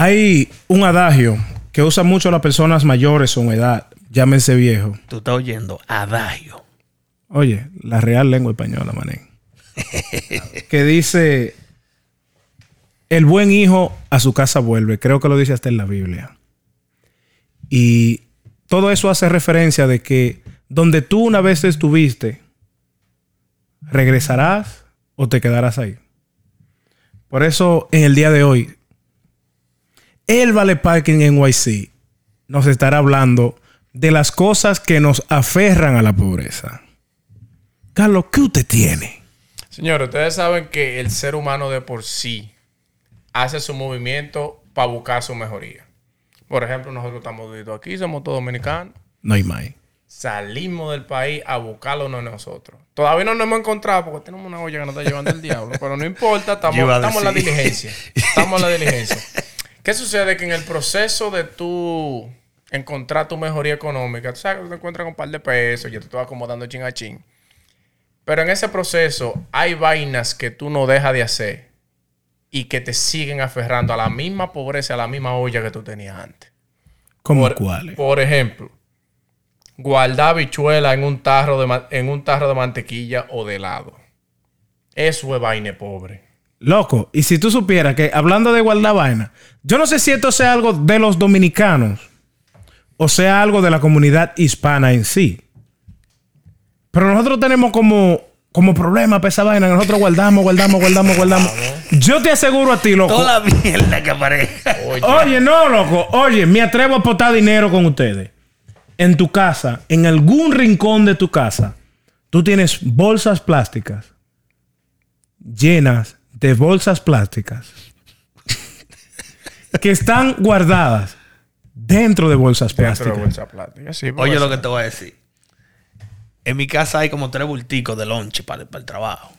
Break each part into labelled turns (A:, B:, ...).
A: Hay un adagio que usa mucho las personas mayores o en edad, llámense viejo.
B: Tú estás oyendo adagio.
A: Oye, la real lengua española, mané. que dice, el buen hijo a su casa vuelve. Creo que lo dice hasta en la Biblia. Y todo eso hace referencia de que donde tú una vez estuviste, regresarás o te quedarás ahí. Por eso, en el día de hoy, el Vale Parking en YC nos estará hablando de las cosas que nos aferran a la pobreza. Carlos, ¿qué usted tiene?
C: Señor, ustedes saben que el ser humano de por sí hace su movimiento para buscar su mejoría. Por ejemplo, nosotros estamos viviendo aquí, somos todos dominicanos.
A: No hay más.
C: Salimos del país a buscarlo no nosotros. Todavía no nos hemos encontrado porque tenemos una olla que nos está llevando el diablo, pero no importa, estamos,
B: Yo iba a
C: estamos en la
B: decir.
C: diligencia. Estamos en la diligencia. ¿Qué sucede? Que en el proceso de tú encontrar tu mejoría económica, tú sabes que tú te encuentras con un par de pesos, ya tú te vas acomodando chin a chin. Pero en ese proceso hay vainas que tú no dejas de hacer y que te siguen aferrando a la misma pobreza, a la misma olla que tú tenías antes.
A: ¿Cómo
C: Por,
A: cuáles?
C: por ejemplo, guardar habichuela en un tarro de ma- en un tarro de mantequilla o de helado. Eso es vaina pobre.
A: Loco, y si tú supieras que hablando de guardar vaina, yo no sé si esto sea algo de los dominicanos o sea algo de la comunidad hispana en sí. Pero nosotros tenemos como, como problema para esa vaina. que Nosotros guardamos, guardamos, guardamos, guardamos. Yo te aseguro a ti, loco.
B: Toda la mierda que aparece.
C: Oye,
A: Oye, no, loco. Oye, me atrevo a aportar dinero con ustedes. En tu casa, en algún rincón de tu casa, tú tienes bolsas plásticas llenas de bolsas plásticas que están guardadas dentro de bolsas
C: dentro de
A: plásticas.
C: bolsa plástica. Sí, porque
B: Oye lo que
C: eso-
B: te voy a decir. En mi casa hay como tres bulticos de lonche para, el- para el trabajo.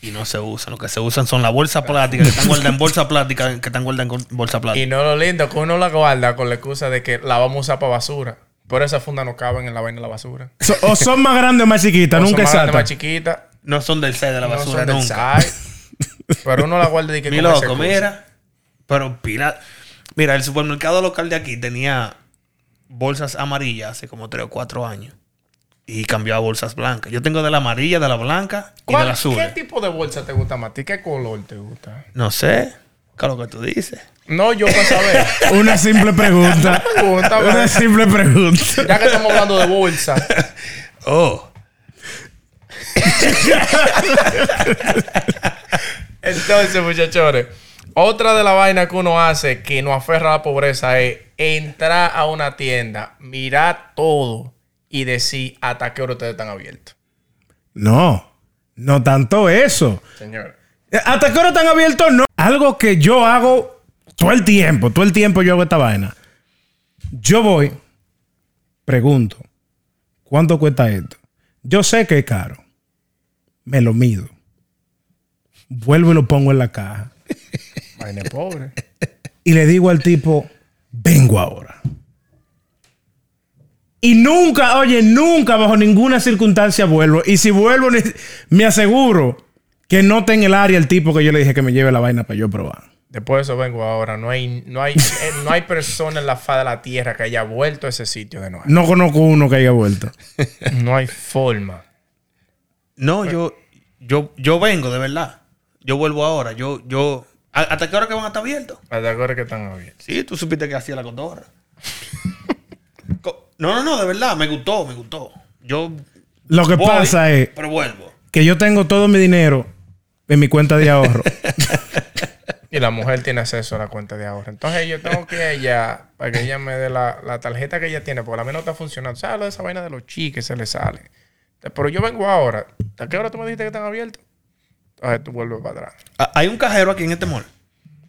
B: Y no se usan. Lo que se usan son las bolsas plásticas que están guardadas en bolsa plástica, que están guardadas en bolsa
C: Y
B: plástica.
C: no lo lindo, que uno la guarda con la excusa de que la vamos a usar para basura. Pero esas fundas no caben en la vaina de la basura.
A: So- o son más grandes o más chiquitas,
C: Son
A: nunca
C: más
A: exactas.
C: grandes, más chiquita.
B: No son del C de la
C: no
B: basura
C: son del
B: nunca.
C: size, Pero uno la guarda y que
B: Mi
C: con esa
B: loco,
C: excusa.
B: mira. Pero pila. Mira, el supermercado local de aquí tenía bolsas amarillas hace como tres o cuatro años. Y cambió a bolsas blancas. Yo tengo de la amarilla, de la blanca y de
C: ¿Cuál-
B: la azul.
C: ¿Qué tipo de bolsa te gusta más? a ti? ¿Qué color te gusta?
B: No sé. ¿Qué es lo que tú dices?
C: No, yo para saber.
A: Una simple pregunta.
C: Pregunta,
A: Una
C: man.
A: simple pregunta.
C: Ya que estamos hablando de bolsa,
B: Oh.
C: Entonces, muchachores, otra de las vainas que uno hace que nos aferra a la pobreza es entrar a una tienda, mirar todo y decir hasta qué hora ustedes están abiertos.
A: No, no tanto eso.
C: Señor.
A: Eh, ¿Hasta qué hora están abiertos? No. Algo que yo hago todo el tiempo, todo el tiempo yo hago esta vaina. Yo voy, pregunto, ¿cuánto cuesta esto? Yo sé que es caro. Me lo mido. Vuelvo y lo pongo en la caja.
C: Vaina es pobre.
A: Y le digo al tipo, vengo ahora. Y nunca, oye, nunca bajo ninguna circunstancia vuelvo. Y si vuelvo, ni- me aseguro que no está en el área el tipo que yo le dije que me lleve la vaina para yo probar.
C: Después de eso vengo ahora. No hay, no hay, eh, no hay persona en la faz de la tierra que haya vuelto a ese sitio de nuevo.
A: No conozco uno que haya vuelto.
C: No hay forma.
B: No, yo, yo, yo vengo, de verdad. Yo vuelvo ahora. Yo, yo. ¿A- ¿Hasta qué hora que van a estar abiertos?
C: Hasta qué hora que están abiertos.
B: Sí, tú supiste que hacía la cotorra. Co- no, no, no, de verdad. Me gustó, me gustó. Yo.
A: Lo que
B: voy,
A: pasa es
B: Pero vuelvo.
A: que yo tengo todo mi dinero en mi cuenta de ahorro.
C: Y la mujer tiene acceso a la cuenta de ahorro. Entonces yo tengo que ella, para que ella me dé la, la tarjeta que ella tiene, porque la mía no está funcionando. ¿Sabes lo de esa vaina de los chi que se le sale? Te- Pero yo vengo ahora. ¿A qué hora tú me dijiste que están abiertos? Entonces tú vuelves para atrás.
B: Ah, Hay un cajero aquí en este mall.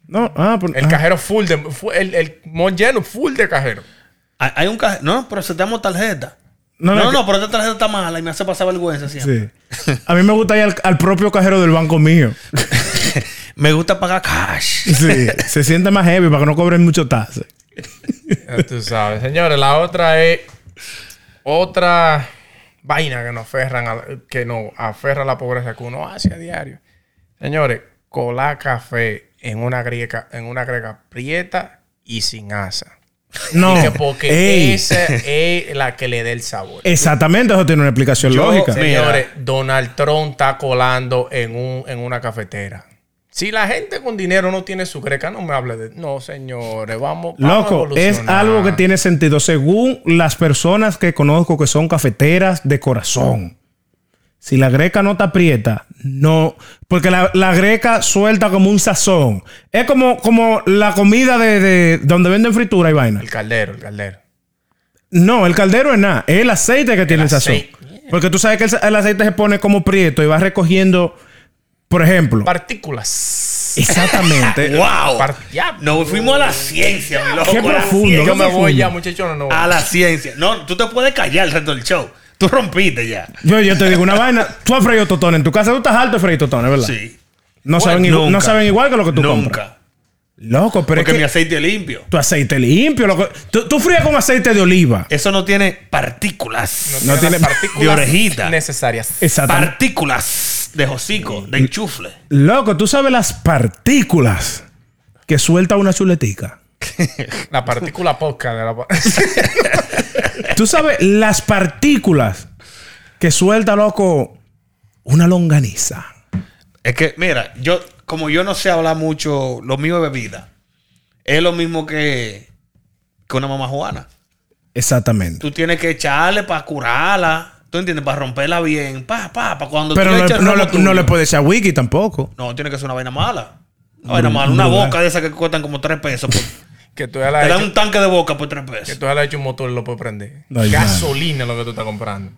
A: No, ah, pues,
C: El
A: ah.
C: cajero full de... fu- el, el mall lleno full de cajero.
B: Hay, Ah, hay un cajero. No, pero se te damos tarjeta.
A: No,
B: No,
A: no,
B: no,
A: que-
B: pero esta tarjeta está mala y me hace pasar vergüenza siempre.
A: Sí. A mí me gusta ir al, al propio cajero del banco mío.
B: Me gusta pagar cash.
A: Sí, se siente más heavy para que no cobren mucho tasa.
C: Ya tú sabes. Señores, la otra es... Otra vaina que nos aferran a la- que nos aferra a la pobreza que uno hace a diario. Señores, colar café en una griega, en una grega prieta y sin asa.
A: No.
C: Dije, porque
A: Ey.
C: esa es la que le da el sabor.
A: Exactamente, eso tiene una explicación
B: Yo-
A: lógica.
B: sí.
C: Señores, Donald Trump está colando en, un, en una cafetera. Si la gente con dinero no tiene su greca, no me hable de... No, señores, vamos, vamos a
A: Loco, es
C: evolucionar.
A: algo que tiene sentido según las personas que conozco que son cafeteras de corazón. Si la greca no te aprieta, no. Porque la, la greca suelta como un sazón. Es como, como la comida de, de donde venden fritura y vaina.
C: El caldero, el caldero.
A: No, el caldero es nada. Es el aceite que tiene el sazón.
C: aceite.
A: Porque tú sabes que el, sa- el aceite se pone como prieto y va recogiendo, por ejemplo.
C: Partículas.
A: Exactamente.
B: ¡Wow!
C: Par- ya.
B: Nos fuimos a la ciencia, mi loco.
A: Qué
B: a la
A: profundo,
B: ciencia.
A: qué
C: Yo me voy
A: profundo.
C: ya, muchachos. No, no voy.
B: A la ciencia. No, tú te puedes callar el resto del show. Tú rompiste ya.
A: Yo, yo te digo una vaina. Tú has freído totones en tu casa. Tú estás alto de freír totones, ¿verdad?
B: Sí.
A: No, saben,
B: Bueno,
A: igu- no
B: nunca.
A: saben igual que lo que tú compras.
B: Nunca.
A: Loco, pero
B: Porque
A: es
B: mi
A: que
B: aceite es limpio.
A: tu aceite limpio. Loco. Tú, tú frías con aceite de oliva.
B: Eso no tiene partículas.
A: No
C: las
A: tiene-
C: partículas
B: de orejita.
C: necesarias.
A: Exactamente.
B: Partículas de hocico, de enchufle.
A: Loco, tú sabes las partículas que suelta una chuletica.
C: La partícula poca de la...
A: Tú sabes las partículas que suelta, loco, una longaniza.
B: Es que, mira, yo, como yo no sé hablar mucho, lo mío es bebida. Es lo mismo que, que una mamá juana.
A: Exactamente.
B: Tú tienes que echarle para curarla. ¿Tú entiendes? Para romperla bien. Pa, pa, pa. Cuando
A: Pero
B: tú
A: no,
B: echas
A: le-
B: el
A: no
B: romo
A: le-
B: tuyo.
A: no le puede echar wiki tampoco.
B: No, tiene que ser una vaina mala. Una vaina mala.
A: un
B: Una
A: lugar.
B: boca de esas que cuestan como tres pesos. por-
C: que tú ya la
B: te
C: has
B: dan
C: hecho-
B: un tanque de boca por tres
C: que
B: pesos.
C: tú ya le has hecho un motor y lo puedes prender.
A: Ay,
C: Gasolina es lo que tú estás comprando.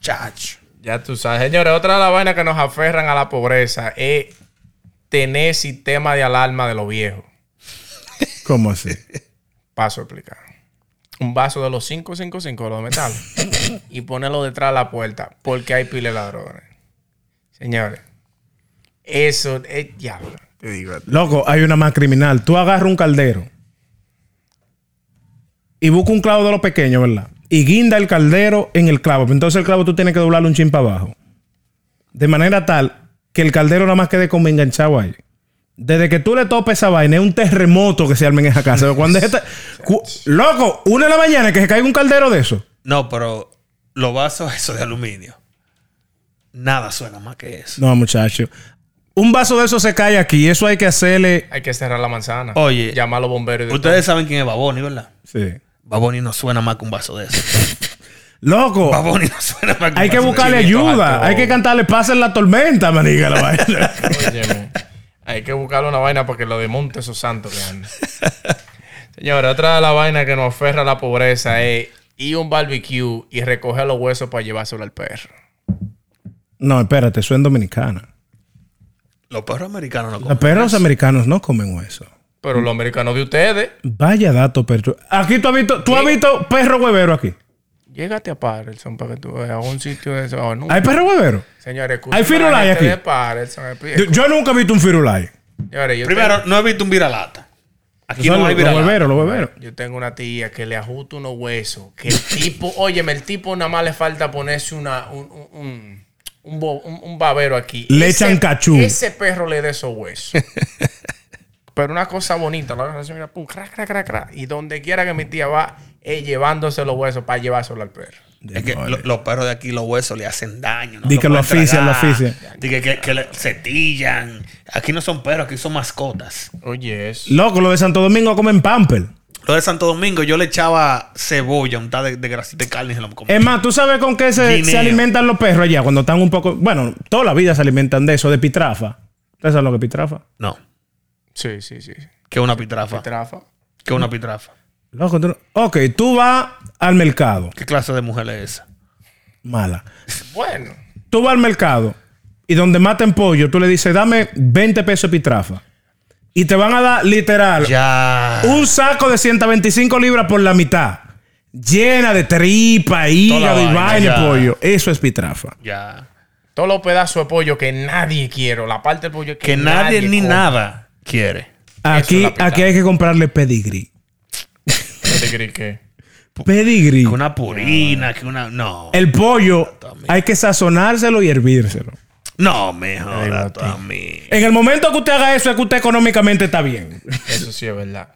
B: Chacho.
C: Ya tú sabes, señores, otra de las vainas que nos aferran a la pobreza es tener sistema de alarma de los viejos.
A: ¿Cómo así?
C: Paso a explicar. Un vaso de los 555 de los metales y ponerlo detrás de la puerta porque hay pile ladrones. Señores, eso es diablo. Te digo.
A: Loco, hay una más criminal. Tú agarras un caldero y busca un clavo de los pequeños, ¿verdad? Y guinda el caldero en el clavo. Entonces el clavo tú tienes que doblarlo un chin para abajo. De manera tal que el caldero nada más quede como enganchado ahí. Desde que tú le topes esa vaina, es un terremoto que se arma en esa casa. Cuando es esta- cu- Loco, una de la mañana que se caiga un caldero de eso.
B: No, pero los vasos esos de aluminio. Nada suena más que eso.
A: No, muchacho. Un vaso de eso se cae aquí. Eso hay que hacerle.
C: Hay que cerrar la manzana.
B: Oye.
C: Llamar a los bomberos. y de
B: Ustedes saben quién es Baboni, ¿verdad?
A: Sí.
B: Baboni no suena más que un vaso de eso.
A: Loco.
B: Baboni no suena más que un
A: Hay que
B: vaso
A: buscarle
C: Chinito
A: ayuda.
C: alto.
A: Hay que cantarle Pasa en la tormenta, maniga, la vaina.
C: Óyeme, hay que buscarle una vaina porque lo desmonte esos santos que andan. Señora, otra de las vainas que nos aferra a la pobreza es ir a un barbecue y recoger los huesos para llevárselo al perro.
A: No, espérate, eso es dominicana.
B: Los perros americanos no
A: Los
B: comen.
A: perros americanos no comen hueso.
C: Pero
B: Mm.
C: los americanos de ustedes,
A: Vaya dato, perro. Aquí tú has visto, tú has visto perro huevero aquí.
C: llégate a Patterson para que tú veas un sitio de eso. Oh, no.
A: ¿Hay perro huevero?
C: Señores,
A: hay
C: escuchen a la
A: firulais
C: gente
A: aquí.
C: de Patterson,
A: Yo,
C: explica.
A: yo nunca he visto un firulai.
C: Señores, yo
B: Primero, no he visto un viralata. Aquí
A: Son
B: no
A: los,
B: hay
A: los
B: viralata.
A: hueveros, los hueveros.
C: Yo tengo una tía que le ajusta unos huesos. Que el tipo, óyeme, el tipo nada más le falta ponerse una, un, un, un, un bo- un- un babero aquí.
A: Le
C: Ese-
A: echan cachú.
C: Ese perro le da esos huesos. Pero una cosa bonita, la verdad, mira, pum, crac, crac, crac, crac. Y donde quiera que mi tía va, es llevándose los huesos para llevárselo al perro.
B: Es que lo- los perros de aquí, los huesos le hacen daño. ¿no?
A: Di que lo
B: pueden
A: asfixian, lo
B: tragar.
A: asfixian.
B: Di que, que- que le cetillan. Aquí no son perros, aquí son mascotas.
C: Oye, eso.
A: Loco, los de Santo Domingo comen pamper.
B: Lo de Santo Domingo, yo le echaba cebolla, un de, de grasita de carne y se lo comía.
A: Es más, ¿tú sabes con qué se,
B: Guineo.
A: se alimentan los perros allá? Cuando están un poco... Bueno, toda la vida se alimentan de eso, de pitrafa. ¿Ustedes saben lo que es pitrafa?
B: No,
C: Sí, sí, sí.
B: que una pitrafa.
C: Trafa.
B: Que una pitrafa.
A: Loco, tú no- Ok, tú vas al mercado.
B: ¿Qué clase de mujer es esa?
A: Mala.
C: Bueno,
A: Tú vas al mercado y donde maten pollo, tú le dices, dame 20 pesos de pitrafa. Y te van a dar literal
B: Ya.
A: un saco de 125 libras por la mitad. Llena de tripa, hígado y
B: vaina,
A: vaina de
B: ya.
A: pollo. Eso es pitrafa.
B: Ya.
C: todos los pedazos de pollo que nadie quiero, la parte del pollo que,
B: Que nadie ni
C: come.
B: nada quiere.
A: Aquí,
C: la pitrafa.
A: aquí hay que comprarle pedigrí.
C: ¿Qué te crees que?
A: Pedigrí. Eh.
B: Que una purina, que una. No.
A: El pollo hay que sazonárselo y hervírselo.
B: No, me jodas tú a
C: Martín.
B: mí.
A: En el momento que usted haga eso, es que usted económicamente está bien.
C: Eso sí es verdad.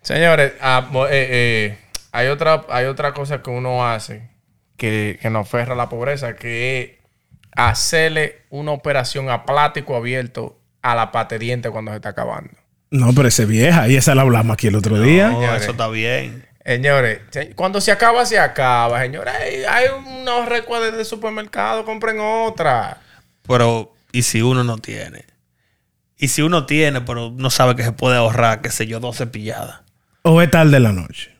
C: Señores, ah, mo- eh, eh, hay, otra, hay otra cosa que uno hace que, que nos aferra a la pobreza, que es hacerle una operación a plástico abierto a la pata de diente cuando se está acabando.
A: No, pero esa es vieja. Y esa la hablamos aquí el otro día.
B: No, eso está bien.
C: Señores, se- cuando se acaba, se acaba, señores. Hay, hay unos recuadros de supermercado, compren otra.
B: Pero, ¿y si uno no tiene? Y si uno tiene, pero no sabe que se puede ahorrar, qué sé yo, dos cepilladas.
A: O es tarde de la noche.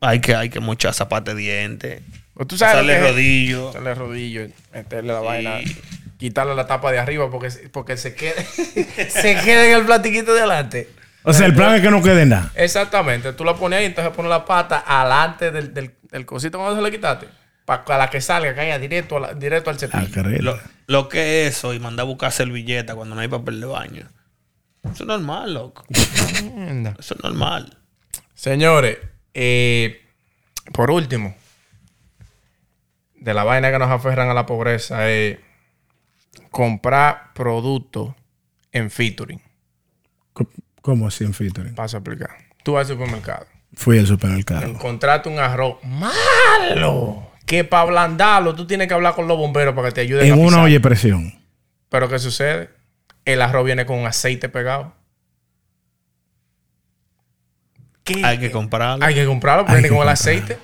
B: Hay que, hay que mochar zapate de dientes,
C: Pero tú sabes
B: pasarle
C: lo que es-
B: rodillo.
C: Meterle rodillo, meterle la vaina, quitarle la tapa de arriba porque, se- porque se quede se queda en el platiquito de adelante.
A: O sea, el plan es que no quede nada.
C: Exactamente, tú la pones ahí, entonces pones la pata adelante del, del, del cosito cuando se le quitaste. Para la que salga, caiga directo, a la- directo al
A: Ah,
C: cepillo.
A: carrera.
B: Lo, lo que es eso y mandar a buscar servilleta cuando no hay papel de baño. Eso es normal, loco.
C: Anda.
B: Eso es normal.
C: Señores, eh, por último, de la vaina que nos aferran a la pobreza es comprar productos en featuring.
A: Co- ¿Cómo así en featuring?
C: Paso a explicar. Tú vas al supermercado.
A: Fui al supermercado.
C: Encontraste un arroz malo. Que para ablandarlo tú tienes que hablar con los bomberos para que te ayuden a
A: En una
C: pisar.
A: olla de presión.
C: Pero ¿qué sucede? El arroz viene con un aceite pegado. ¿Qué?
B: Hay que comprarlo.
C: Hay que comprarlo porque
A: Hay que
C: viene con el
A: comprarlo.
C: aceite.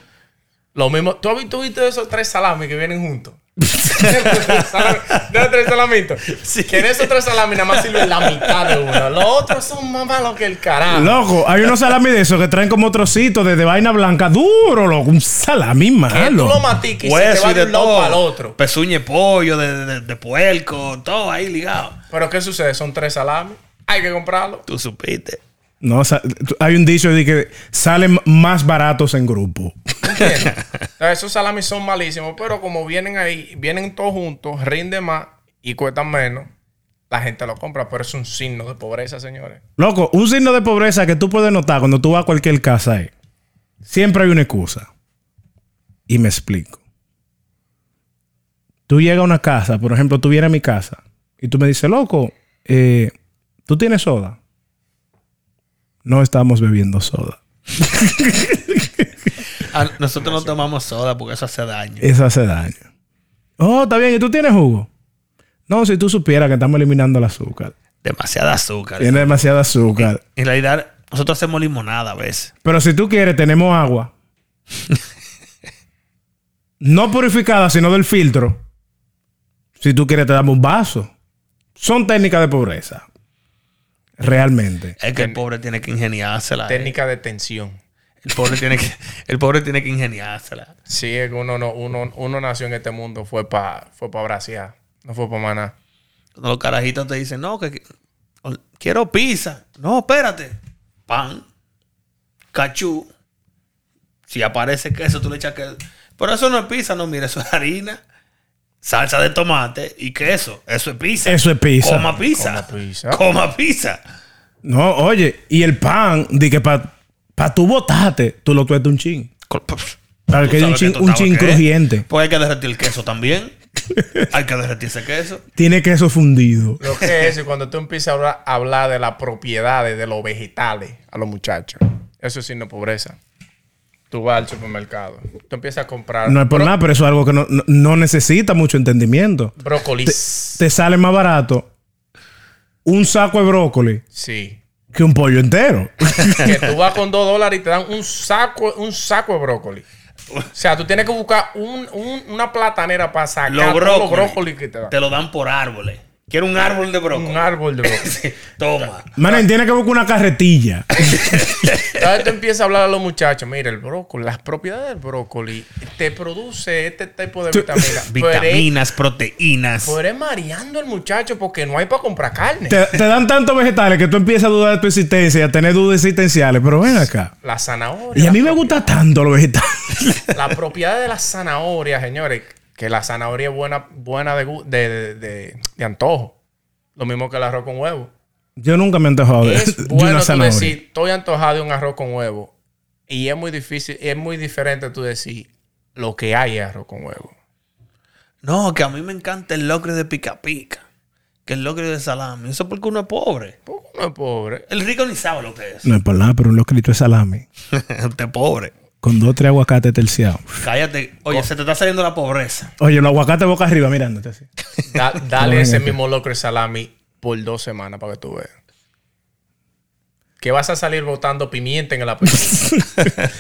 C: Lo mismo. ¿Tú has visto, tú viste esos tres salamis que vienen juntos? Salami- ¿No tres salamitos?
B: Sí.
C: Que de esos tres salamis nada más sirven la mitad de uno. Los otros son más malos que el carajo.
A: Loco, hay unos salami de esos que traen como trocitos de, de vaina blanca. Duro, loco. Un salami
C: Que Eh, tú
A: malo.
C: lo maticas y se te
B: Hueso
C: va
B: y
C: de
B: de
C: un lado para el
B: todo.
C: otro.
B: Pezuña de pollo, de, de- de puerco, todo ahí ligado.
C: Pero ¿qué sucede? Son tres salamis. Hay que comprarlo.
B: Tú supiste.
A: No, sa- tú- hay un dicho de que salen más baratos en grupo.
C: ¿Entiendes? O sea, Esos salamis son malísimos, pero como vienen ahí, vienen todos juntos, rinde más y cuestan menos, la gente lo compra. Pero es un signo de pobreza, señores.
A: Loco, un signo de pobreza que tú puedes notar cuando tú vas a cualquier casa es, siempre hay una excusa. Y me explico. Tú llegas a una casa, por ejemplo, tú vienes a mi casa y tú me dices, loco, eh, ¿tú tienes soda? No estamos bebiendo soda.
B: Ah, nosotros no tomamos soda porque eso hace daño.
A: Eso hace daño. Oh, está bien, ¿y tú tienes jugo? No, si tú supieras que estamos eliminando el azúcar.
B: Demasiada azúcar.
A: Tiene demasiada azúcar.
B: En realidad, nosotros hacemos limonada a veces.
A: Pero si tú quieres, tenemos agua. no purificada, sino del filtro. Si tú quieres, te damos un vaso. Son técnicas de pobreza. Realmente.
B: Es que el pobre tiene que ingeniársela. eh.
C: Técnica de tensión.
B: El pobre tiene que, el pobre tiene que ingeniársela.
C: Sí, es que uno, no, uno, uno nació en este mundo, fue para fue pa brasear, no fue para maná.
B: Cuando los carajitos te dicen, no, que, que- ol- quiero pizza. No, espérate. Pan. Cachú. Si aparece queso, tú le echas queso. Pero eso no es pizza, no, mira, eso es harina. Salsa de tomate y queso. Eso es pizza.
A: Eso es pizza.
B: Coma pizza.
C: Coma
B: Coma
C: pizza.
B: pizza.
A: No, oye, y el pan, di que para pa tú botate, tú lo tuestas un chin.
B: Co- pf.
A: Para
B: Tú
A: que haya un
B: sabes
A: chin,
B: tú
A: un
B: sabes
A: chin
B: qué es.
A: crujiente.
B: Pues hay que derretir el queso también. hay que derretir ese queso.
A: Tiene queso fundido.
C: Lo que es, y cuando tú empiezas a hablar, a hablar de las propiedades de los vegetales a los muchachos, eso es signo de pobreza. Tú vas al supermercado, tú empiezas a comprar
A: No es por
C: bro-
A: nada, pero eso es algo que no, no- no necesita mucho entendimiento.
C: brócolis.
A: Te sale más barato un saco de brócoli
C: Sí.
A: que un pollo entero.
C: que tú vas con dos dólares y te dan un saco, un saco de brócoli. O sea, tú tienes que buscar un- un- una platanera para sacar
B: Los
C: todos los
B: brócolis.
C: brócolis que te dan.
B: Te lo dan por árboles. Quiero un árbol de brócoli.
C: Un árbol de brócoli.
B: Sí, Toma.
A: Manen, tiene que buscar una carretilla.
C: Entonces tú empiezas a hablar a los muchachos. Mira, el brócoli, las propiedades del brócoli te produce este tipo de vitamina. Pero
B: Vitaminas, proteínas.
C: eres mareando al muchacho porque no hay para comprar carne.
A: te, te dan tantos vegetales que tú empiezas a dudar de tu existencia y a tener dudas existenciales. Pero ven acá.
C: La zanahoria.
A: Y a mí me gusta tanto los vegetales.
C: La propiedad de la zanahoria, señores, que la zanahoria es buena, buena de, gu- de, de- de- de antojo. Lo mismo que el arroz con huevo.
A: Yo nunca me he antojado de, de
C: Es bueno
A: una
C: tú
A: zanahoria.
C: decir, estoy antojado de un arroz con huevo. Y es muy difícil, es muy diferente tú decir, lo que hay es arroz con huevo.
B: No, que a mí me encanta el locrio de pica pica. Que el locrio de salami. Eso porque uno es pobre.
C: Porque Pues, uno es pobre.
B: El rico ni sabe lo que es.
A: No es para nada, pero un locrito de salami.
B: Usted es pobre.
A: Con dos o tres aguacates terciados.
B: Cállate. Oye, se te está saliendo la pobreza.
A: Oye, los aguacates boca arriba mirándote así.
C: Da- dale
A: No,
C: ese
A: venga,
C: mismo locro y salami por dos semanas para que tú veas. Que vas a salir botando pimienta en el apellido.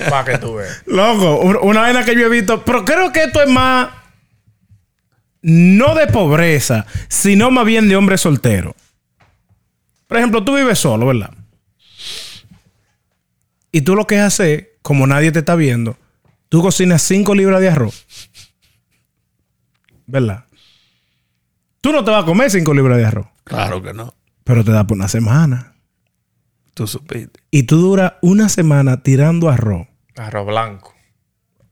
C: para que tú veas.
A: Loco, u- una vaina que yo he visto, pero creo que esto es más no de pobreza, sino más bien de hombre soltero. Por ejemplo, tú vives solo, ¿verdad? Y tú lo que haces, como nadie te está viendo, tú cocinas 5 libras de arroz. ¿Verdad? Tú no te vas a comer 5 libras de arroz,
B: Claro que no.
A: pero te da por una semana.
B: Tú supiste.
A: Y tú duras una semana tirando arroz.
C: Arroz blanco.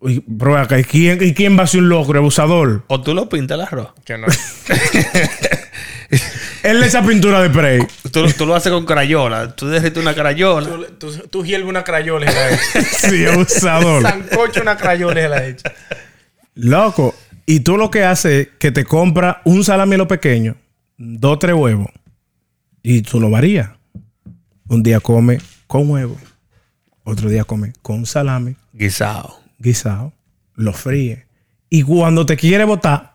A: Y, pero acá, ¿y quién, y quién va a ser un locro, abusador?
B: O tú lo pintas el arroz.
C: Que no.
A: Él le echa pintura de spray.
B: Tú, lo- tú lo haces con crayola. Tú derrites una crayola.
C: tú, tú, tú hierves una crayola y la echas.
A: Sí, abusador.
C: Sancocho una crayola y la echas.
A: Loco. Y tú lo que haces es que te compra un salami a lo pequeño, dos, tres huevos. Y tú lo varías. Un día come con huevo. Otro día come con salami
B: Guisado.
A: guisado. Lo fríe. Y cuando te quiere botar,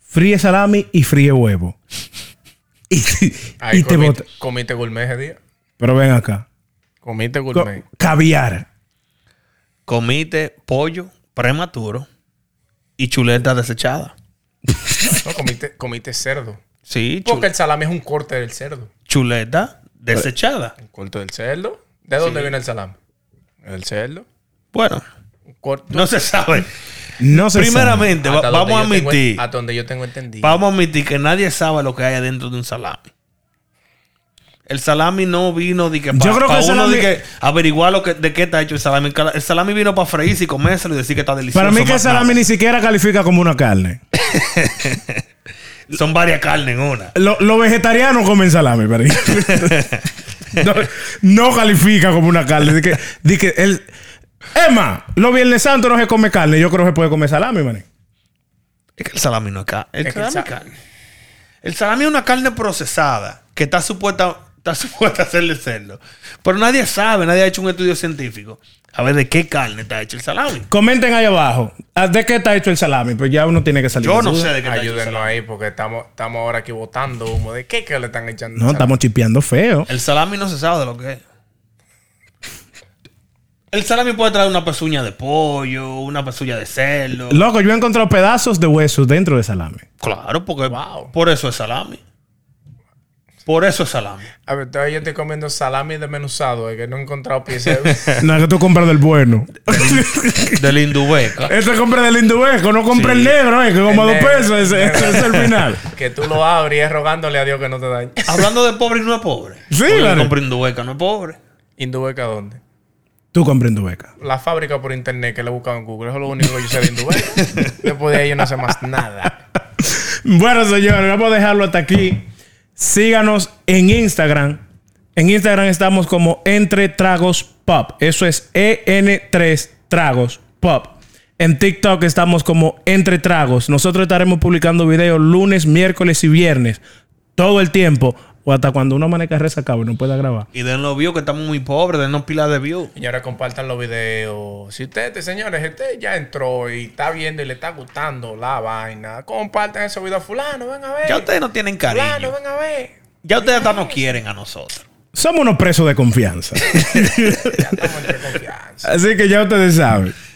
A: fríe salami y fríe huevo. Y,
C: Ahí
A: y te
C: comiste,
A: bota.
C: comiste gourmet ese día.
A: Pero ven acá.
C: Comiste
A: Co-
C: gourmet.
A: Caviar.
B: Comiste pollo prematuro y chuleta desechada.
C: No, comiste, comiste cerdo.
B: Sí, chu-
C: Porque el salami es un corte del cerdo.
B: chuleta desechada.
C: Un corte del cerdo. ¿De dónde viene el salami? Del cerdo.
B: Bueno,
C: Un corte.
B: no se sabe.
A: No se sabe.
B: Primeramente, va-
C: Hasta donde
B: vamos a
C: yo tengo-
B: admitir.
C: Hasta donde yo tengo entendido.
B: Vamos a admitir que nadie sabe lo que hay adentro de un salami. El salami no vino de que para
A: Yo creo que el
B: uno de
A: salami-
B: que averiguar lo que, de qué está hecho el salami. El cala- El salami vino para freírse y comérselo y decir que está delicioso.
A: Para mí que el
B: más
A: salami
B: nada.
A: ni siquiera califica como una carne.
B: Son varias carnes en una.
A: Lo- Los vegetarianos comen salami, pari. no, no califica como una carne. Di que, di que el, es más, los Viernes Santos no se come carne. Yo creo que se puede comer salami, maní.
B: Es que el salami no es carne. El,
C: Es que el
B: salami es
C: sa-
B: carne. El salami es una carne procesada que está supuesta, está supuesta a hacerle cerdo. Pero nadie sabe, nadie ha hecho un estudio científico. A ver de qué carne está hecho el salami.
A: Comenten ahí abajo. ¿a- ¿De qué está hecho el salami? Pues ya uno tiene que salir.
B: Yo
A: de
B: no
A: duda.
B: sé de qué está hecho el
C: Ayúdenos
B: salami.
C: ahí porque estamos, estamos ahora aquí botando humo. ¿De qué que le están echando?
A: No, estamos chipeando feo.
B: El salami no se sabe de lo que es. El salami puede traer una pezuña de pollo, una pezuña de cerdo.
A: Loco, yo he encontrado pedazos de huesos dentro de salami.
B: Claro, porque por eso es salami. Por eso es salami.
C: A ver, todavía yo estoy comiendo salami desmenuzado. Es que no he encontrado piezas.
A: No es que tú compras del bueno.
B: Del indubeca.
A: Este compra del indubeco, no compra
B: Sí.
A: el negro, eh, que como a dos
C: El negro,
A: pesos. Ese,
C: el negro.
A: ese es el final.
C: que tú lo abres y es rogándole a Dios que no te dañe.
B: Hablando de pobre y no es pobre.
A: Sí,
B: Porque
A: vale.
B: compra indubeca, no es pobre.
C: ¿Indubeca dónde?
A: Tú compras indubeca.
C: La fábrica por internet que le he buscado en Google. Eso es lo único que yo sé de Indubeca. Después de ahí yo no sé más nada.
A: Bueno, señores, vamos a dejarlo hasta aquí. Síganos en Instagram. En Instagram estamos como Entre Tragos Pop. Eso es EN3 Tragos Pop. En TikTok estamos como Entre Tragos. Nosotros estaremos publicando videos lunes, miércoles y viernes. Todo el tiempo. O hasta cuando uno maneja resacado y no pueda grabar.
B: Y dennos views, que estamos muy pobres, dennos pilas de views.
C: Señores, compartan los videos. Si usted, este, señores, usted ya entró y está viendo y le está gustando la vaina, compartan esos videos. Fulano, ven a ver.
B: Ya ustedes no tienen
C: Fulano,
B: cariño.
C: ven a ver.
B: Ya ustedes hasta no quieren a nosotros.
A: Somos unos presos de confianza.
C: Ya estamos entre confianza.
A: Así que ya ustedes saben.